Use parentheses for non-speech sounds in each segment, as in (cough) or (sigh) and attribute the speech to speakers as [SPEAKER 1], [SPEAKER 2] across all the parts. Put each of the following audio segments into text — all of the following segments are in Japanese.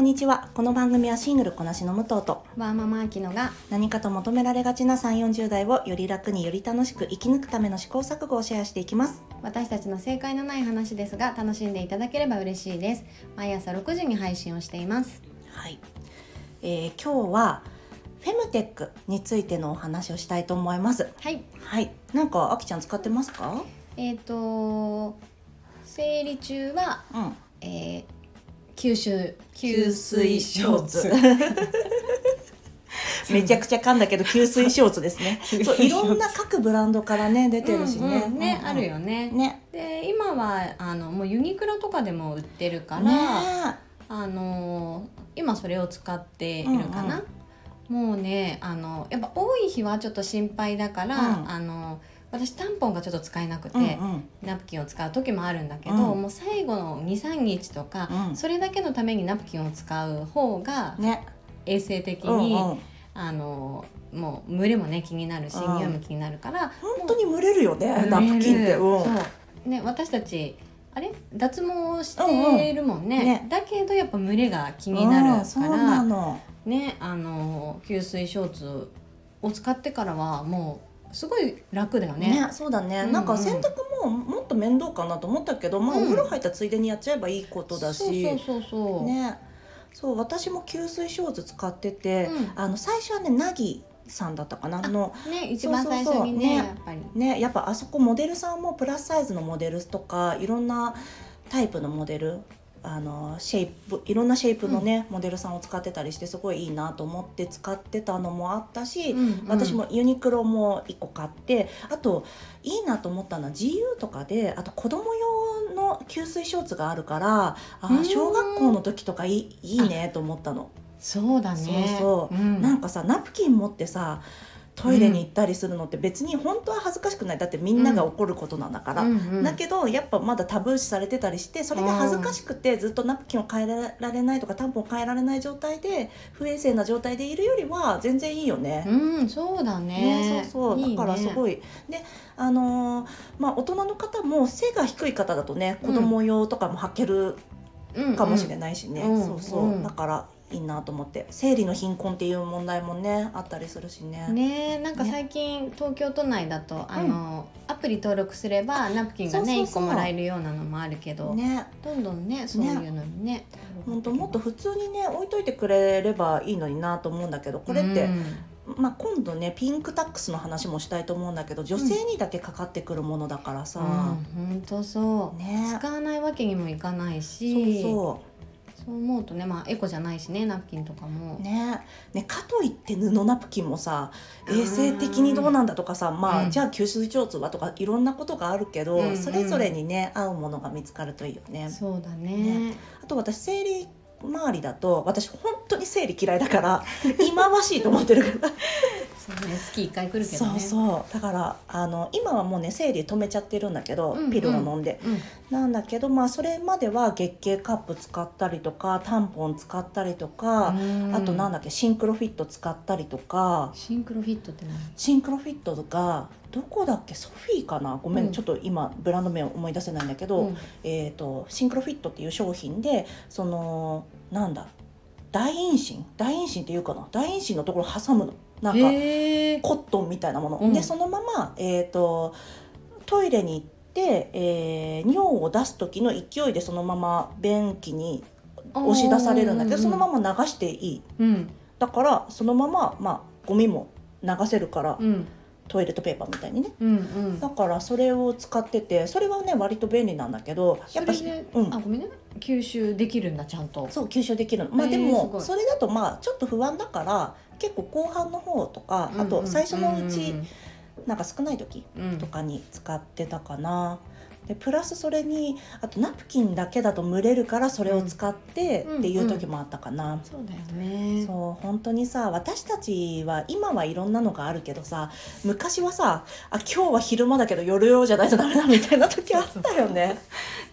[SPEAKER 1] んにちはこの番組はシングルこなしの武藤と
[SPEAKER 2] バーママアキノが
[SPEAKER 1] 何かと求められがちな3 4 0代をより楽により楽しく生き抜くための試行錯誤をシェアしていきます
[SPEAKER 2] 私たちの正解のない話ですが楽しんでいただければ嬉しいです毎朝6時に配信をしています
[SPEAKER 1] はい、えー今日はフェムテックについてのお話をしたいと思います
[SPEAKER 2] はい
[SPEAKER 1] はいなんかあきちゃん使ってますか
[SPEAKER 2] えっ、と生理中は、
[SPEAKER 1] うん
[SPEAKER 2] えー吸収
[SPEAKER 1] 吸水ショーツ
[SPEAKER 2] そう
[SPEAKER 1] (laughs) めちゃくちゃ噛んだけど吸水ショーツですね
[SPEAKER 2] (laughs) 吸水シ
[SPEAKER 1] そ
[SPEAKER 2] ョー
[SPEAKER 1] う
[SPEAKER 2] ツ
[SPEAKER 1] いろんな各ブランドからね出てるしね、
[SPEAKER 2] うんうんね、
[SPEAKER 1] うんうん
[SPEAKER 2] あるよね
[SPEAKER 1] ね
[SPEAKER 2] で今はあのもうユニクロとかでも売ってるから、
[SPEAKER 1] ね
[SPEAKER 2] あの今それを使っているかな、もうねあのやっぱ多い日はちょっと心配だから、
[SPEAKER 1] うん
[SPEAKER 2] あの私タンポンがちょっと使えなくて、
[SPEAKER 1] うんうん
[SPEAKER 2] ナプキンを使う時もあるんだけど、
[SPEAKER 1] うん
[SPEAKER 2] もう最後の23日とか、
[SPEAKER 1] うん
[SPEAKER 2] それだけのためにナプキンを使う方が
[SPEAKER 1] ね
[SPEAKER 2] 衛生的に、
[SPEAKER 1] うんうん
[SPEAKER 2] あのもう蒸れもね気になるし
[SPEAKER 1] うん
[SPEAKER 2] 匂いも気になるから
[SPEAKER 1] 本当に蒸れるよね (laughs) ナプキンって、
[SPEAKER 2] う
[SPEAKER 1] うん
[SPEAKER 2] ん、そうね私たちあれ脱毛しているもんね,、
[SPEAKER 1] うんうんね
[SPEAKER 2] だけどやっぱ群れが気になる
[SPEAKER 1] うんそ
[SPEAKER 2] か
[SPEAKER 1] う
[SPEAKER 2] ら、
[SPEAKER 1] なの
[SPEAKER 2] ねあの吸水ショーツを使ってからはもうすごい楽だよ
[SPEAKER 1] ね
[SPEAKER 2] ね。
[SPEAKER 1] そうだね、
[SPEAKER 2] うんうん
[SPEAKER 1] なんか洗濯ももっと面倒かなと思ったけど、まあ、
[SPEAKER 2] うん
[SPEAKER 1] お風呂入ったついでにやっちゃえばいいことだし、
[SPEAKER 2] そうそうそうそう、
[SPEAKER 1] ねそう私も吸水ショーツ使ってて、
[SPEAKER 2] うん
[SPEAKER 1] あの最初はねナギさんだったかなあの
[SPEAKER 2] ね一番
[SPEAKER 1] そうそ
[SPEAKER 2] 最
[SPEAKER 1] うそう
[SPEAKER 2] 初にね
[SPEAKER 1] ね
[SPEAKER 2] やっぱり
[SPEAKER 1] ねやっぱあそこモデルさんもプラスサイズのモデルとかいろんなタイプのモデルあのシェイプいろんなシェイプのね、モデルさんを使ってたりしてすごいいいなと思って使ってたのもあったし、
[SPEAKER 2] うんうん
[SPEAKER 1] 私もユニクロも1個買ってあといいなと思ったのは GU とかであと子供用の吸水ショーツがあるからあ
[SPEAKER 2] う
[SPEAKER 1] ー
[SPEAKER 2] ん
[SPEAKER 1] 小学校の時とかいいいいねと思ったの、
[SPEAKER 2] そうだね、
[SPEAKER 1] そう
[SPEAKER 2] ん、
[SPEAKER 1] なんかさナプキン持ってさトイレに行ったりするのって別に本当は恥ずかしくないだってみんなが怒ることなんだから、
[SPEAKER 2] うんうん
[SPEAKER 1] だけどやっぱまだタブー視されてたりしてそれで恥ずかしくてずっとナプキンを変えられないとかタンポンを変えられない状態で不衛生な状態でいるよりは全然いいよね。
[SPEAKER 2] うんそうだね
[SPEAKER 1] ね、そうそう
[SPEAKER 2] いいね
[SPEAKER 1] だからすごいであのーまあ大人の方も背が低い方だとね
[SPEAKER 2] う
[SPEAKER 1] 子
[SPEAKER 2] ん
[SPEAKER 1] 供用とかも履けるかもしれ
[SPEAKER 2] い、
[SPEAKER 1] ないしね、
[SPEAKER 2] うん
[SPEAKER 1] そうそう、
[SPEAKER 2] うん
[SPEAKER 1] だからいいなと思って生理の貧困っていう問題もねあったりするしね
[SPEAKER 2] うんうんねなんか最近、東京都内だとあの、アプリ登録すればナプキンがね
[SPEAKER 1] そう
[SPEAKER 2] 一
[SPEAKER 1] そうそう
[SPEAKER 2] 個もらえるようなのもあるけど、
[SPEAKER 1] ね
[SPEAKER 2] どんどんねそういうのにね
[SPEAKER 1] ほんともっと普通にね置いといてくれればいいのになと思うんだけどこれって、まあ、今度ねピンクタックスの話もしたいと思うんだけど女性にだけかかってくるものだからさ
[SPEAKER 2] さ、うん、本当そう、
[SPEAKER 1] ね
[SPEAKER 2] 使わないわけにもいかな
[SPEAKER 1] そう
[SPEAKER 2] いし
[SPEAKER 1] そう
[SPEAKER 2] そう思うとねまあエコじゃないしねナプキンとかも、
[SPEAKER 1] ねねかといって布ナプキンもさ
[SPEAKER 2] うん
[SPEAKER 1] 衛生的にどうなんだとかさ、まあ、
[SPEAKER 2] うん
[SPEAKER 1] じゃあ吸水ショーツはとかいろんなことがあるけど、
[SPEAKER 2] うんうん
[SPEAKER 1] それぞれにね合うものが見つかるといいよね。
[SPEAKER 2] そうだね
[SPEAKER 1] あと私生理周りだと私本当に生理嫌いだから (laughs) 忌まわしいと思ってるから、
[SPEAKER 2] そうね月1回来るけど
[SPEAKER 1] そ
[SPEAKER 2] ね
[SPEAKER 1] うそうだからあの今はもうね生理止めちゃってるんだけど、
[SPEAKER 2] うんうん
[SPEAKER 1] ピルを飲んで
[SPEAKER 2] うん
[SPEAKER 1] なんだけどまあそれまでは月経カップ使ったりとかタンポン使ったりとか、
[SPEAKER 2] うん
[SPEAKER 1] あとなんだっけシンクロフィット使ったりとか、
[SPEAKER 2] シンクロフィットって何
[SPEAKER 1] シンクロフィットがどこだっけソフィーかなごめん、
[SPEAKER 2] うん
[SPEAKER 1] ちょっと今ブランド名を思い出せないんだけど、
[SPEAKER 2] ん
[SPEAKER 1] えー、とシンクロフィットっていう商品でそのなんだ大陰唇大陰唇っていうかな大陰唇のところ挟むのなんか、
[SPEAKER 2] へー
[SPEAKER 1] コットンみたいなもの、
[SPEAKER 2] うん
[SPEAKER 1] でそのまま、えー、とトイレに行って、えー尿を出す時の勢いでそのまま便器に押し出されるんだけど、そのまま流していい
[SPEAKER 2] うん
[SPEAKER 1] だからそのまま、まあ、ゴミも流せるから
[SPEAKER 2] う、ん
[SPEAKER 1] トイレットペーパーみたいにね
[SPEAKER 2] うんうん
[SPEAKER 1] だからそれを使っててそれはね割と便利なんだけどやっぱ
[SPEAKER 2] それで、
[SPEAKER 1] うん
[SPEAKER 2] あごめんね吸収できるんだちゃんと
[SPEAKER 1] そう吸収できるのまあ
[SPEAKER 2] えー
[SPEAKER 1] です
[SPEAKER 2] ご
[SPEAKER 1] も
[SPEAKER 2] い
[SPEAKER 1] それだとまあちょっと不安だから結構後半の方とかあと最初のうちなんか少ない時
[SPEAKER 2] うん
[SPEAKER 1] とかに使ってたかな。でプラスそれにあとナプキンだけだと蒸れるからそれを使って
[SPEAKER 2] うん
[SPEAKER 1] っていう時もあったかな。
[SPEAKER 2] そうだよね
[SPEAKER 1] そう本当にさ私たちは今はいろんなのがあるけどさ昔はさあ今日は昼間だけど夜用じゃないとダメだみたいな時あったよね。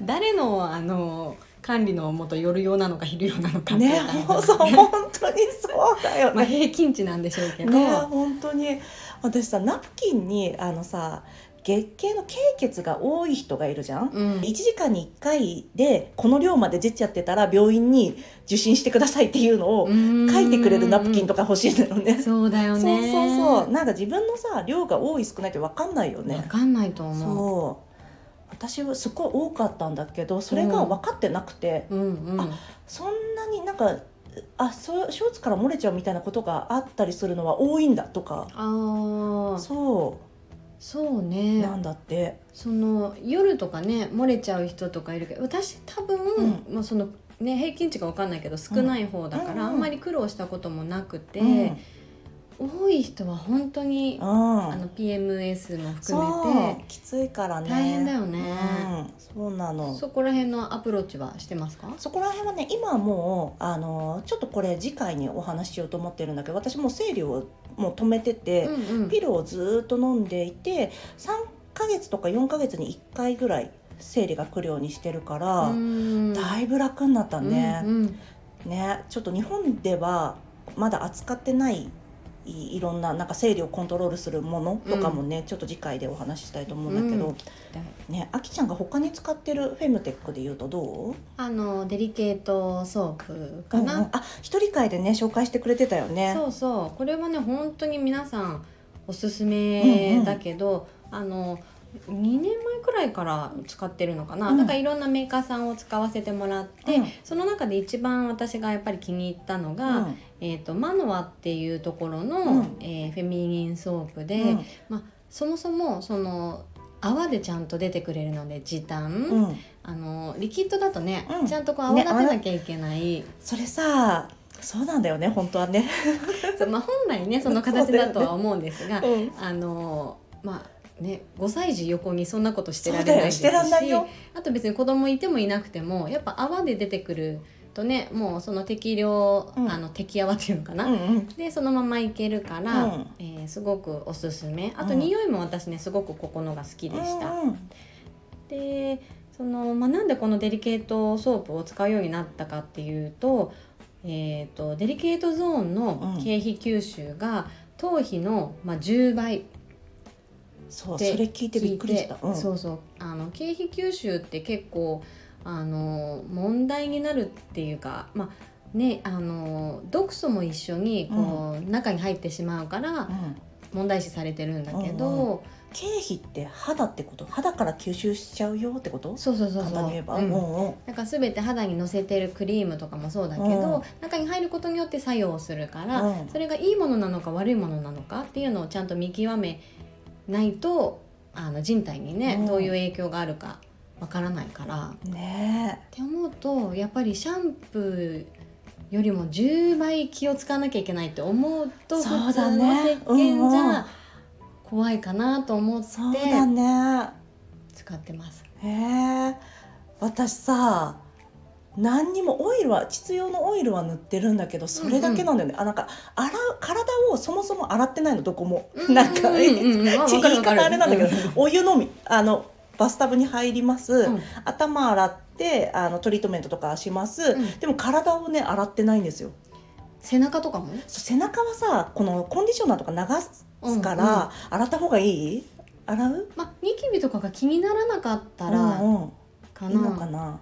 [SPEAKER 2] 誰のあの管理のもと夜用なのか昼用なのかってい
[SPEAKER 1] ね
[SPEAKER 2] う感じだ
[SPEAKER 1] ほ
[SPEAKER 2] よ
[SPEAKER 1] んそう本当にそうだよ
[SPEAKER 2] ま
[SPEAKER 1] ね。
[SPEAKER 2] あ平均値なんでしょうけど、
[SPEAKER 1] ね本当に私さナプキンにあのさ月経の経血が多い人がいるじゃん、
[SPEAKER 2] うん
[SPEAKER 1] 1時間に1回でこの量まで出ちゃってたら病院に受診してくださいっていうのを書いてくれるナプキンとか欲しいんだよね。
[SPEAKER 2] そうだよ
[SPEAKER 1] そう
[SPEAKER 2] ね
[SPEAKER 1] そうそうなんか自分のさ量が多い少ないって分かんないよ
[SPEAKER 2] わ
[SPEAKER 1] ね。
[SPEAKER 2] かんないと思う
[SPEAKER 1] そう私はすごい多かったんだけどそれが分かってなくて、
[SPEAKER 2] うんうん
[SPEAKER 1] あそんなになんかあそうショーツから漏れちゃうみたいなことがあったりするのは多いんだとか
[SPEAKER 2] あー
[SPEAKER 1] そ
[SPEAKER 2] そう
[SPEAKER 1] う
[SPEAKER 2] ね
[SPEAKER 1] なんだって。
[SPEAKER 2] その夜とかね漏れちゃう人とかいるけど私多分、まあそのね、平均値が分かんないけど少ない方だか
[SPEAKER 1] うんうん
[SPEAKER 2] ら、
[SPEAKER 1] うん
[SPEAKER 2] あんまり苦労したこともなくて、
[SPEAKER 1] うん
[SPEAKER 2] 多い人は本当に、
[SPEAKER 1] うん
[SPEAKER 2] あの PMS も含め
[SPEAKER 1] そ
[SPEAKER 2] て
[SPEAKER 1] うきついからね
[SPEAKER 2] 大変だよね
[SPEAKER 1] うん、そうなの
[SPEAKER 2] そ
[SPEAKER 1] そ
[SPEAKER 2] こら辺のアプローチはしてますか
[SPEAKER 1] こら辺はね今はもうあのちょっとこれ次回にお話ししようと思ってるんだけど私もう生理をもう止めてて、
[SPEAKER 2] うんうん
[SPEAKER 1] ピルをずーっと飲んでいて3ヶ月とか4ヶ月に1回ぐらい生理が来るようにしてるから、
[SPEAKER 2] うん
[SPEAKER 1] だいぶ楽になったね,、
[SPEAKER 2] うんうん
[SPEAKER 1] ねちょっと日本ではまだ扱ってないいいろんななんか生理をコントロールするものとかもね、ちょっと次回でお話ししたいと思うんだけど、
[SPEAKER 2] うんだい
[SPEAKER 1] ね、あきちゃんが他に使ってるフェムテックで言うとどう
[SPEAKER 2] あのデリケートソープかな、
[SPEAKER 1] うんうんあ一人会でね紹介してくれてたよね
[SPEAKER 2] そうそうこれはね本当に皆さんおすすめだけど、あの2年前くらいから使ってるのかな、
[SPEAKER 1] うん
[SPEAKER 2] だからいろんなメーカーさんを使わせてもらって、
[SPEAKER 1] うん
[SPEAKER 2] その中で一番私がやっぱり気に入ったのが、
[SPEAKER 1] うん
[SPEAKER 2] えー、とマノアっていうところの、
[SPEAKER 1] うん
[SPEAKER 2] えーフェミニンソープで、
[SPEAKER 1] うん
[SPEAKER 2] そもそもその泡でちゃんと出てくれるので時短、
[SPEAKER 1] うん、
[SPEAKER 2] あのリキッドだとね、
[SPEAKER 1] うん
[SPEAKER 2] ちゃんとこう泡立てなきゃいけない、
[SPEAKER 1] それさそうなんだよね本当はね、
[SPEAKER 2] そうまあ、本来ねその形だとは思うんですが、
[SPEAKER 1] うん、
[SPEAKER 2] あのまあね5歳児横にそんなことして
[SPEAKER 1] そ
[SPEAKER 2] ら
[SPEAKER 1] う
[SPEAKER 2] れな
[SPEAKER 1] だ
[SPEAKER 2] いで
[SPEAKER 1] よ
[SPEAKER 2] す
[SPEAKER 1] し
[SPEAKER 2] して
[SPEAKER 1] らんないよ、
[SPEAKER 2] あと別に子供いてもいなくてもやっぱ泡で出てくるとねもうその適量、
[SPEAKER 1] うん
[SPEAKER 2] あの適泡っていうのかな、
[SPEAKER 1] うんうん、
[SPEAKER 2] でそのままいけるから、
[SPEAKER 1] うん
[SPEAKER 2] えーすごくおすすめあと
[SPEAKER 1] うん
[SPEAKER 2] 匂いも私ねすごくここのが好きでした。
[SPEAKER 1] うんうん
[SPEAKER 2] でその、まあ、なんでこのデリケートソープを使うようになったかっていうと,、えー、とデリケートゾーンの経費吸収が頭皮の、まあ、10倍
[SPEAKER 1] そうそ
[SPEAKER 2] で
[SPEAKER 1] れ聞いてびっくりした、うん、
[SPEAKER 2] そうそうあの経費吸収って結構あの問題になるっていうかまあねあの毒素も一緒にこう、中に入ってしまうから
[SPEAKER 1] うん
[SPEAKER 2] 問題視されてるんだけど、
[SPEAKER 1] うん経費って肌ってこと肌から吸収しちゃうよってこと
[SPEAKER 2] そうそうそう
[SPEAKER 1] 簡
[SPEAKER 2] そ
[SPEAKER 1] 単
[SPEAKER 2] う
[SPEAKER 1] に言えば、
[SPEAKER 2] うん
[SPEAKER 1] うんうん
[SPEAKER 2] なんか全て肌にのせてるクリームとかもそうだけど、
[SPEAKER 1] うん
[SPEAKER 2] 中に入ることによって作用するから、
[SPEAKER 1] うん
[SPEAKER 2] それがいいものなのか悪いものなのかっていうのをちゃんと見極めないとあの人体にね、
[SPEAKER 1] うん
[SPEAKER 2] どういう影響があるかわからないから。っ
[SPEAKER 1] ね
[SPEAKER 2] て思うとやっぱりシャンプーよりも10倍気を使わなきゃいけないって思うと
[SPEAKER 1] そう
[SPEAKER 2] 普
[SPEAKER 1] だ
[SPEAKER 2] 通の
[SPEAKER 1] ね
[SPEAKER 2] 石鹸じ
[SPEAKER 1] うんうん
[SPEAKER 2] ゃ怖いかなと思っ
[SPEAKER 1] え
[SPEAKER 2] て
[SPEAKER 1] そうだね
[SPEAKER 2] 使ってます。
[SPEAKER 1] へえ私さ何にもオイルは膣用のオイルは塗ってるんだけどそれだけなんだよね、あなんか洗う体をそもそも洗ってないのどこも、 (laughs) なんか、
[SPEAKER 2] うううんうんまあ
[SPEAKER 1] ちょっと
[SPEAKER 2] わかる
[SPEAKER 1] 言い
[SPEAKER 2] わかる
[SPEAKER 1] 方あれなんだけど、
[SPEAKER 2] うん
[SPEAKER 1] お湯のみあのバスタブに入ります、
[SPEAKER 2] うん
[SPEAKER 1] 頭洗ってあのトリートメントとかします、
[SPEAKER 2] ん
[SPEAKER 1] でも体をね洗ってないんですよ
[SPEAKER 2] 背中とかも
[SPEAKER 1] そう背中はさこのコンディショナーとか流すから、
[SPEAKER 2] うんうん
[SPEAKER 1] 洗った方がいい洗う
[SPEAKER 2] まあ、ニキビとかが気にならなかったら
[SPEAKER 1] うんうん
[SPEAKER 2] かな、
[SPEAKER 1] いいのかな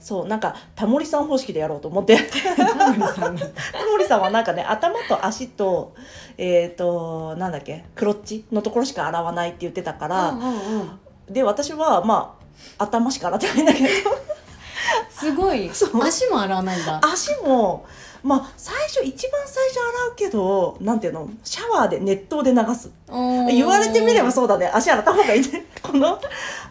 [SPEAKER 1] そうなんかタモリさん方式でやろうと思って (laughs)
[SPEAKER 2] タモリさんが
[SPEAKER 1] タモリさんはなんかね頭と足とえっ、となんだっけクロッチのところしか洗わないって言ってたから、
[SPEAKER 2] うんうんうん
[SPEAKER 1] で私はまあ頭しか洗ってないんだ
[SPEAKER 2] (laughs)
[SPEAKER 1] けど
[SPEAKER 2] すごい
[SPEAKER 1] そう
[SPEAKER 2] 足も洗わないんだ
[SPEAKER 1] 足もまあ最初一番最初洗うけどなんていうのシャワーで熱湯で流す言われてみれば
[SPEAKER 2] そ
[SPEAKER 1] そうだね足洗った方がいいね (laughs) この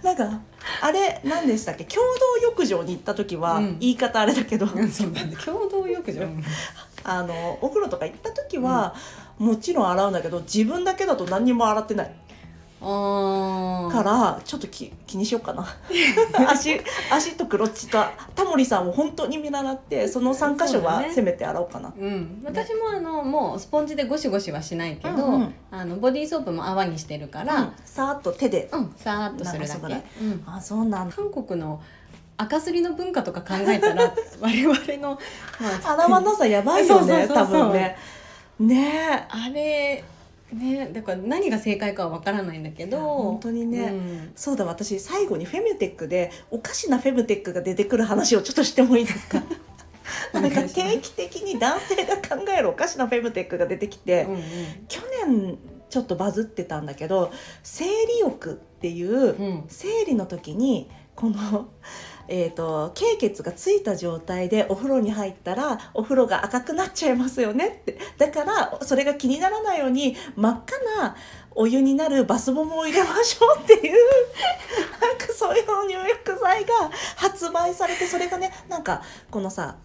[SPEAKER 1] なんかあれ何でしたっけ共同浴場に行った時は、
[SPEAKER 2] うん
[SPEAKER 1] 言い方あれだけど
[SPEAKER 2] うそうなんだ共同浴場
[SPEAKER 1] あのお風呂とか行った時は、もちろん洗うんだけど自分だけだと何にも洗ってない
[SPEAKER 2] あー
[SPEAKER 1] からちょっとき気にしようか
[SPEAKER 2] (laughs)
[SPEAKER 1] な足足とクロッチとタモリさんを本当に見習ってその3箇所
[SPEAKER 2] そう
[SPEAKER 1] は
[SPEAKER 2] だね
[SPEAKER 1] せめて洗おうかな。
[SPEAKER 2] うん、私もあのもうスポンジでゴシゴシはしないけ
[SPEAKER 1] う
[SPEAKER 2] ど、
[SPEAKER 1] んうん
[SPEAKER 2] あのボディーソープも泡にしてるから、
[SPEAKER 1] さーっと手で、
[SPEAKER 2] うんさーっとする
[SPEAKER 1] 流
[SPEAKER 2] だ
[SPEAKER 1] すぐ
[SPEAKER 2] け、
[SPEAKER 1] らい
[SPEAKER 2] うん
[SPEAKER 1] あそうなんだ
[SPEAKER 2] 韓国の赤すりの文化とか考えた
[SPEAKER 1] (laughs)
[SPEAKER 2] ら我々の、まあ (laughs)
[SPEAKER 1] 洗わなさやばいよね
[SPEAKER 2] そうそうそうそう
[SPEAKER 1] 多分ね。ねえ
[SPEAKER 2] あれねだから何が正解かはわからないんだけど
[SPEAKER 1] 本当にね、
[SPEAKER 2] うん
[SPEAKER 1] そうだ私最後にフェムテックでおかしなフェムテックが出てくる話をちょっとしてもいいです
[SPEAKER 2] (laughs)
[SPEAKER 1] かなんか定期的に男性が考えるおかしなフェムテックが出てきて、
[SPEAKER 2] うんうん
[SPEAKER 1] 去年ちょっとバズってたんだけど生理欲っていう
[SPEAKER 2] うん
[SPEAKER 1] 生理の時にこの、 (laughs) えー、と経血がついた状態でお風呂に入ったらお風呂が赤くなっちゃいますよねってだからそれが気にならないように真っ赤なお湯になるバスボムを入れましょうっていう (laughs) なんかそういう入浴剤が発売されてそれがねなんかこのさ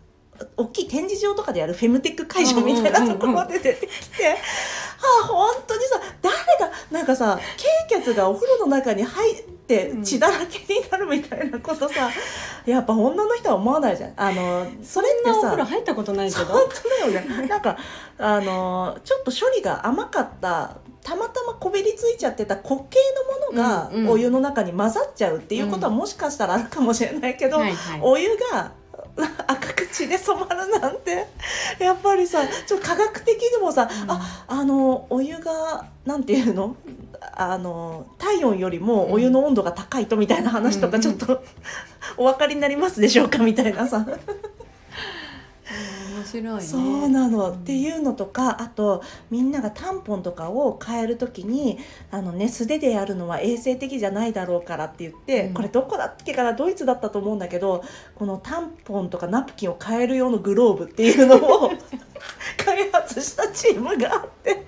[SPEAKER 1] 大きい展示場とかでやるフェムテック会場みたいなところで出てきて、はあ本当にさ誰がなんかさ経血がお風呂の中に入って血だらけになるみたいなことさ、やっぱ女の人は思わないじゃん。あのそれって
[SPEAKER 2] そんな
[SPEAKER 1] さ
[SPEAKER 2] お風呂入ったことないけど
[SPEAKER 1] 本当だよ
[SPEAKER 2] (laughs)
[SPEAKER 1] ねなんかあのちょっと処理が甘かったたまたまこびりついちゃってた固形のものが
[SPEAKER 2] うんうん
[SPEAKER 1] お湯の中に混ざっちゃうっていうことはもしかしたらあるかもしれないけど、
[SPEAKER 2] はいはい
[SPEAKER 1] お湯が赤く血で染まるなんて (laughs) やっぱりさちょっと科学的にもさ、
[SPEAKER 2] うん
[SPEAKER 1] ああのお湯がなんていうのあの体温よりもお湯の温度が高いとみたいな話とか
[SPEAKER 2] うん
[SPEAKER 1] ちょっと、 (laughs) お分かりになりますでしょうかみたいなさ。
[SPEAKER 2] 面白いね
[SPEAKER 1] そうなの、
[SPEAKER 2] うん
[SPEAKER 1] っていうのとかあとみんながタンポンとかを変える時にあの、ね、素手でやるのは衛生的じゃないだろうからって言って、
[SPEAKER 2] うん
[SPEAKER 1] これどこだっけからドイツだったと思うんだけどこのタンポンとかナプキンを変える用のグローブっていうのを (laughs) 開発したチームがあって本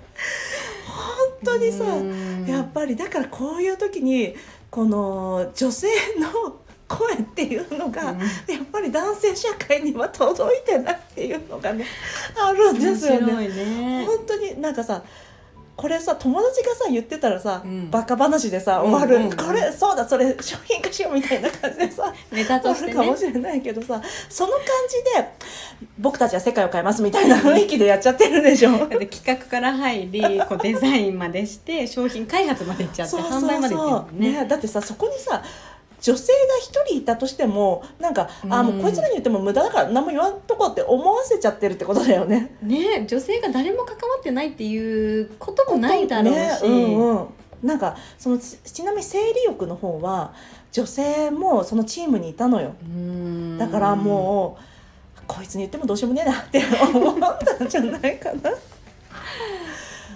[SPEAKER 1] 当にさ、
[SPEAKER 2] うん
[SPEAKER 1] やっぱりだからこういう時にこの女性の声っていうのが、
[SPEAKER 2] うん
[SPEAKER 1] (laughs) やっぱり男性社会には届いてないっていうのがねあるんですよ
[SPEAKER 2] 面
[SPEAKER 1] ね。
[SPEAKER 2] 白いね
[SPEAKER 1] 本当になんかさこれさ友達がさ言ってたらさ、
[SPEAKER 2] うん
[SPEAKER 1] バカ話でさ終わる、
[SPEAKER 2] うんうんうん
[SPEAKER 1] これそうだそれ商品化しようみたいな感じでさ
[SPEAKER 2] ネタとし
[SPEAKER 1] 終わ
[SPEAKER 2] て
[SPEAKER 1] る
[SPEAKER 2] ね
[SPEAKER 1] かもしれないけどさその感じで僕たちは世界を変えますみたいな雰囲気でやっちゃってるでしょ。
[SPEAKER 2] だって企画から入りこうデザインまでして商品開発までいっちゃって
[SPEAKER 1] そうそう
[SPEAKER 2] 販売までいってるも
[SPEAKER 1] そ
[SPEAKER 2] ん
[SPEAKER 1] う、
[SPEAKER 2] ね
[SPEAKER 1] ね、だってさそこにさ女性が一人いたとしてもなんか、あ
[SPEAKER 2] うん
[SPEAKER 1] もうこいつらに言っても無駄だから何も言わんとこって思わせちゃってるってことだよね。
[SPEAKER 2] ね女性が誰も関わってないっていうこともないだろう
[SPEAKER 1] ねう
[SPEAKER 2] し、
[SPEAKER 1] んうん、なんかそのちちなみに生理欲の方は女性もそのチームにいたのよ
[SPEAKER 2] うん
[SPEAKER 1] だからもう、こいつに言ってもどうしようもねえなって思ったんじゃないかな。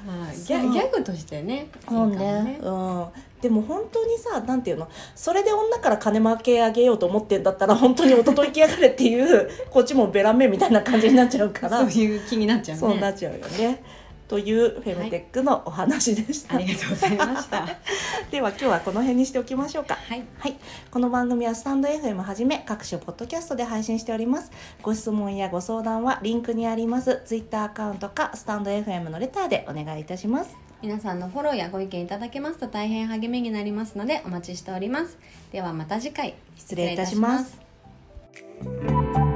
[SPEAKER 2] まあ、ギャ
[SPEAKER 1] そう
[SPEAKER 2] ギャグとしてねいいか
[SPEAKER 1] そ
[SPEAKER 2] も
[SPEAKER 1] う
[SPEAKER 2] ね
[SPEAKER 1] ね、うん、でも本当にさなんていうのそれで女から金負けあげようと思ってんだったら本当に一昨日来やがれっていうこっちもベランメみたいな感じになっちゃうから
[SPEAKER 2] (laughs) そういう気になっちゃうね
[SPEAKER 1] そうなっちゃうよね。というフェムテックのお話でした、
[SPEAKER 2] ありがとうございました (laughs) は
[SPEAKER 1] (laughs) では今日はこの辺にしておきましょうか。
[SPEAKER 2] い
[SPEAKER 1] はい、この番組はスタンド FM はじめ各種ポッドキャストで配信しております。ご質問やご相談はリンクにありますツイッターアカウントかスタンド FM のレターでお願いいたします。
[SPEAKER 2] 皆さんのフォローやご意見いただけますと大変励みになりますのでお待ちしておりますではまた次回
[SPEAKER 1] 失礼いたします。
[SPEAKER 2] 失礼いたし